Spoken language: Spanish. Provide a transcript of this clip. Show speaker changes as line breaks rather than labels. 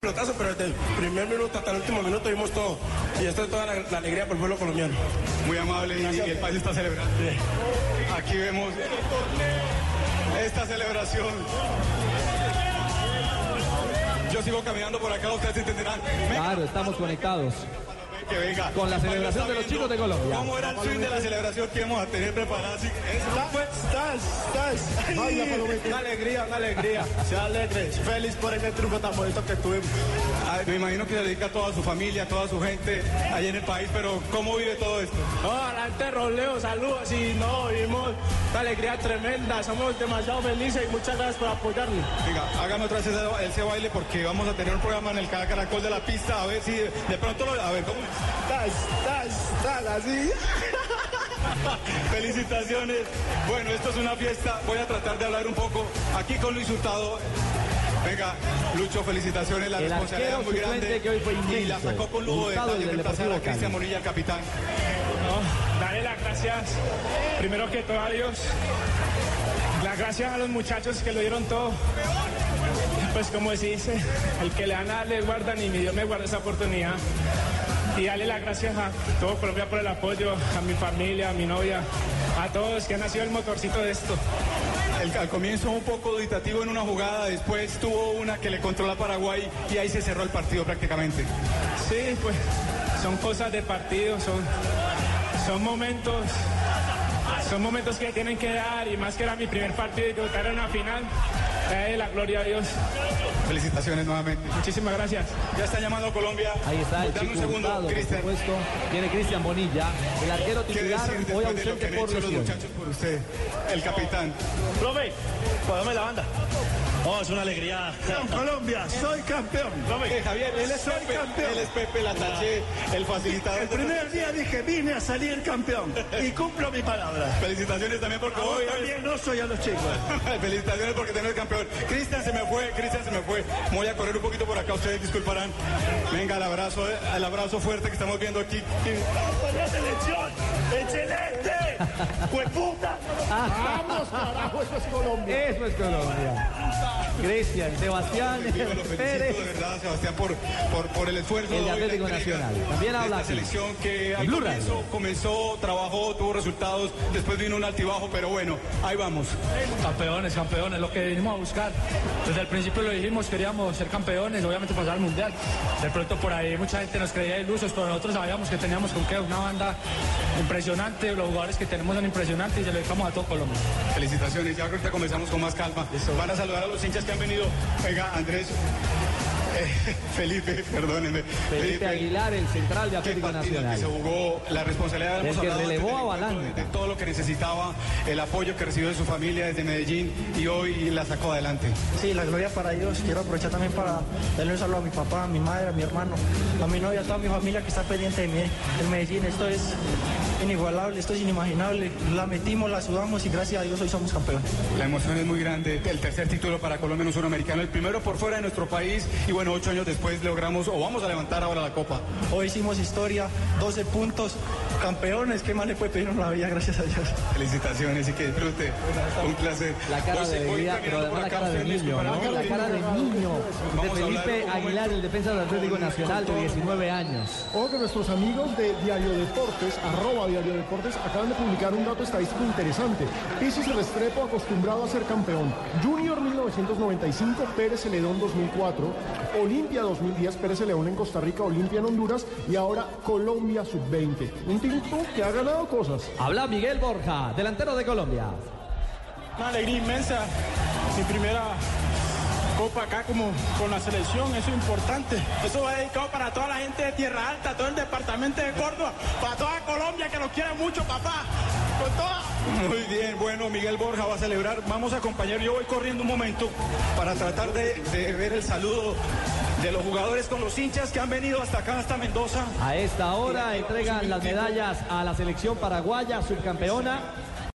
pelotazo, pero desde el primer minuto hasta el último minuto vimos todo. Y esta es toda la, la alegría por el pueblo colombiano.
Muy amable y el país está celebrando. Aquí vemos esta celebración. Yo sigo caminando por acá, ustedes entenderán. Venga,
Claro, estamos conectados.
que venga.
Con la celebración de los chicos de Colombia.
¿Cómo era el swing de la celebración que íbamos a tener preparada? Así que esta fue-
¡Estás! ¡Estás!
Ay, una alegría, una alegría.
Sea alegre, feliz por este truco tan bonito que tuvimos.
Ay, me imagino que se dedica a toda su familia, a toda su gente allá en el país, pero ¿cómo vive todo esto?
No, adelante Roleo, saludos y no, vimos una alegría tremenda, somos demasiado felices y muchas gracias por apoyarnos.
Venga, hágame otra vez ese, ese baile porque vamos a tener un programa en el cada caracol de la pista, a ver si de pronto lo... A ver, ¿cómo?
¡Estás! ¡Estás! ¡Estás! Así.
Felicitaciones. Bueno, esto es una fiesta. Voy a tratar de hablar un poco aquí con Luis Hurtado. Venga, Lucho, felicitaciones. La
El
responsabilidad es
arquero
muy grande.
suplente que hoy fue
y la
inmenso.
sacó con lujo de
Hurtado
detalle
del
que está
Deportivo
a
Cali.
Cristian Morilla, el capitán.
Dale las gracias, primero que todo a Dios, las gracias a los muchachos que lo dieron todo. Pues como se dice, el que le dan a le guardan y mi Dios me guarda esa oportunidad. Y darle las gracias a todo Colombia por el apoyo, a mi familia, a mi novia, a todos que han sido el motorcito de esto.
El- al comienzo un poco duditativo en una jugada, después tuvo una que le controla a Paraguay y ahí se cerró el partido prácticamente.
Sí, pues son cosas de partido, son, son momentos, son momentos que tienen que dar y más que era mi primer partido y debutar en una final, eh, la gloria a Dios.
Felicitaciones nuevamente.
Muchísimas gracias.
Ya está llamando Colombia.
Ahí está el
Dame un
chico Hurtado,
segundo,
por
Cristian.
supuesto. Viene Cristian Bonilla, el arquero
¿Qué
titular,
decir
hoy
después de lo que
ausente
han
por
hecho los
lesión.
muchachos por usted? El capitán.
Profe, cuadrame la banda. Oh, es una alegría. Colombia, soy campeón.
Eh, Javier, él es Pepe, él es Pepe Latache, el facilitador.
primer día dije, vine a salir campeón y cumplo mi palabra.
Felicitaciones también porque hoy,
no soy a los chicos.
felicitaciones porque tenemos campeón. Cristian se me fue, Cristian se me fue. Voy a correr un poquito por acá, ustedes disculparán. Venga, el abrazo, eh, el abrazo fuerte que estamos viendo aquí.
¡La selección! ¡Excelente! ¡Pues puta!
Eso es Colombia. Cristian, Sebastián
Yo lo felicito de
Pérez.
verdad, Sebastián, por, por, por el esfuerzo
El de
y la
Atlético
entrega
Nacional. También
de
habla
esta
aquí.
selección que al
Blue Radio.
comienzo comenzó, trabajó, tuvo resultados, después vino un altibajo, pero bueno, ahí vamos.
Campeones, campeones, lo que vinimos a buscar. Desde el principio lo dijimos, queríamos ser campeones, obviamente pasar al mundial. De pronto por ahí mucha gente nos creía ilusos, pero nosotros sabíamos que teníamos con qué una banda impresionante, los jugadores que tenemos son impresionantes y se lo dedicamos a todo Colombia.
Felicitaciones, ya ahorita comenzamos con más calma. Van a saludar a los hinchas que han venido. Oiga, Andrés, eh, Felipe, perdónenme.
Felipe Aguilar, el central de
Qué
Atlético
partido que se
Nacional.
jugó, la responsabilidad
El
hemos
que
hablado antes
relevó
del
a
encuentro,
Balán.
de, de todo lo que necesitaba, el apoyo que recibió de su familia desde Medellín y hoy la sacó adelante.
Sí, la gloria para Dios. Quiero aprovechar también para darle un saludo a mi papá, a mi madre, a mi hermano, a mi novia, a toda mi familia que está pendiente de mí eh. en Medellín. Esto es inigualable, esto es inimaginable. La metimos, la sudamos y gracias a Dios hoy somos campeones.
La emoción es muy grande, el tercer título para Colombia en un suramericano, el primero por fuera de nuestro país y bueno, ocho años después logramos o vamos a levantar ahora la copa.
Hoy hicimos historia, 12 puntos, campeones. ¿Qué más le puede pedir a la vida? Gracias a Dios.
Felicitaciones y que disfrute. Un placer.
La cara
Hoy
de
se- hoy
bebida, pero
caminando
además
por
la
acá,
cara de
ustedes
niño,
disculparán
¿no?
que
La
lo
cara de
diga.
niño
Vamos a
de
hablar
Felipe
un momento
Aguilar, el defensa del Atlético
con-
Nacional de 19 años.
Ojo que nuestros amigos de Diario Deportes, arroba Diario Deportes, acaban de publicar un dato estadístico interesante. Pisis Restrepo acostumbrado a ser campeón. Junior 1995, Pérez Celedón 2004, Olimpia 2010, Pérez León en Costa Rica, Olimpia en Honduras y ahora Colombia Sub-20. Un tipo que ha ganado cosas.
Habla Miguel Borja, delantero de Colombia.
Una alegría inmensa, mi primera copa acá como con la selección, eso es importante. Eso va dedicado para toda la gente de Tierra Alta, todo el departamento de Córdoba, para toda Colombia que nos quiere mucho, papá. Con toda.
Muy bien, bueno, Miguel Borja va a celebrar. Vamos a acompañar, yo voy corriendo un momento para tratar de, de ver el saludo de los jugadores con los hinchas que han venido hasta acá, hasta Mendoza.
A esta hora entregan las medallas a la selección paraguaya subcampeona